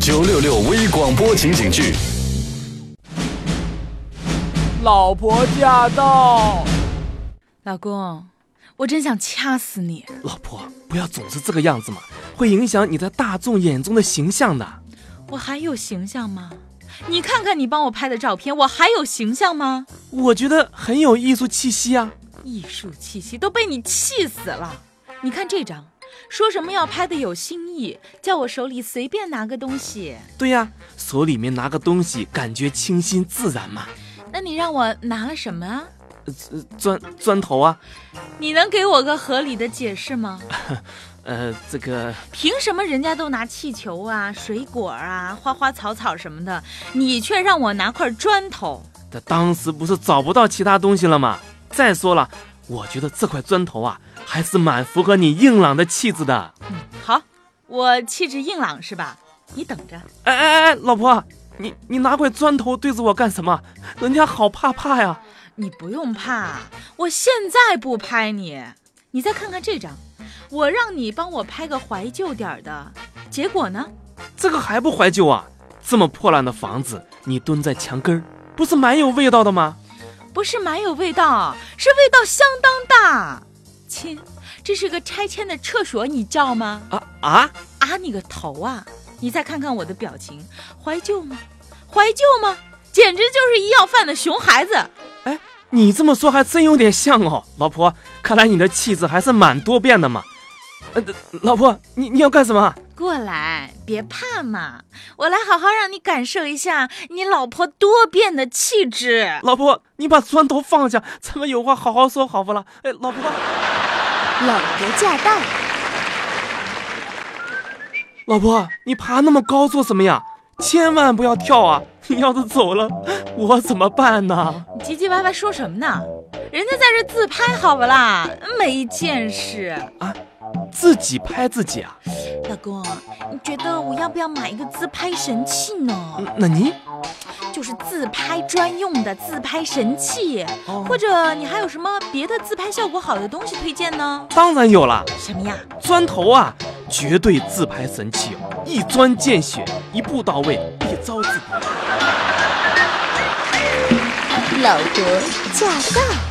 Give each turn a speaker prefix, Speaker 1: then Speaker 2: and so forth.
Speaker 1: 九六六微广播情景剧，
Speaker 2: 老婆驾到！
Speaker 3: 老公，我真想掐死你！
Speaker 4: 老婆，不要总是这个样子嘛，会影响你在大众眼中的形象的。
Speaker 3: 我还有形象吗？你看看你帮我拍的照片，我还有形象吗？
Speaker 4: 我觉得很有艺术气息啊。
Speaker 3: 艺术气息都被你气死了！你看这张，说什么要拍的有新意，叫我手里随便拿个东西，
Speaker 4: 对呀、手里面拿个东西，感觉清新自然嘛。
Speaker 3: 那你让我拿了什么啊？
Speaker 4: 呃呃砖砖头啊，
Speaker 3: 你能给我个合理的解释吗？
Speaker 4: 呃，这个
Speaker 3: 凭什么人家都拿气球啊、水果啊、花花草草什么的，你却让我拿块砖头？
Speaker 4: 他当时不是找不到其他东西了吗？再说了，我觉得这块砖头啊，还是蛮符合你硬朗的气质的。
Speaker 3: 好，我气质硬朗是吧？你等着，
Speaker 4: 哎哎哎，老婆，你你拿块砖头对着我干什么？人家好怕怕呀！
Speaker 3: 你不用怕，我现在不拍你。你再看看这张，我让你帮我拍个怀旧点儿的，结果呢？
Speaker 4: 这个还不怀旧啊？这么破烂的房子，你蹲在墙根儿，不是蛮有味道的吗？
Speaker 3: 不是蛮有味道，是味道相当大。亲，这是个拆迁的厕所，你叫吗？
Speaker 4: 啊啊！
Speaker 3: 啊你个头啊！你再看看我的表情，怀旧吗？怀旧吗？简直就是医药贩的熊孩子。
Speaker 4: 哎，你这么说还真有点像哦，老婆，看来你的气质还是蛮多变的嘛。呃，老婆，你你要干什么？
Speaker 3: 过来，别怕嘛，我来好好让你感受一下你老婆多变的气质。
Speaker 4: 老婆，你把砖头放下，咱们有话好好说，好不啦？哎，老婆，
Speaker 5: 老婆驾到，
Speaker 4: 老婆，你爬那么高做什么呀？千万不要跳啊！ 你要是走了，我怎么办呢？
Speaker 3: 你唧唧歪歪说什么呢？人家在这自拍好不啦？没见识。
Speaker 4: 自己拍自己啊？
Speaker 3: 老公，你觉得我要不要买一个自拍神器呢？
Speaker 4: 嗯那你
Speaker 3: 就是自拍专用的自拍神器，
Speaker 4: 哦
Speaker 3: 或者你还有什么别的自拍效果好的东西推荐呢？
Speaker 4: 当然有啦，
Speaker 3: 什么呀？
Speaker 4: 砖头啊，绝对自拍神器哦，一砖见血，一步到位，一招制敌。
Speaker 5: 老婆驾到。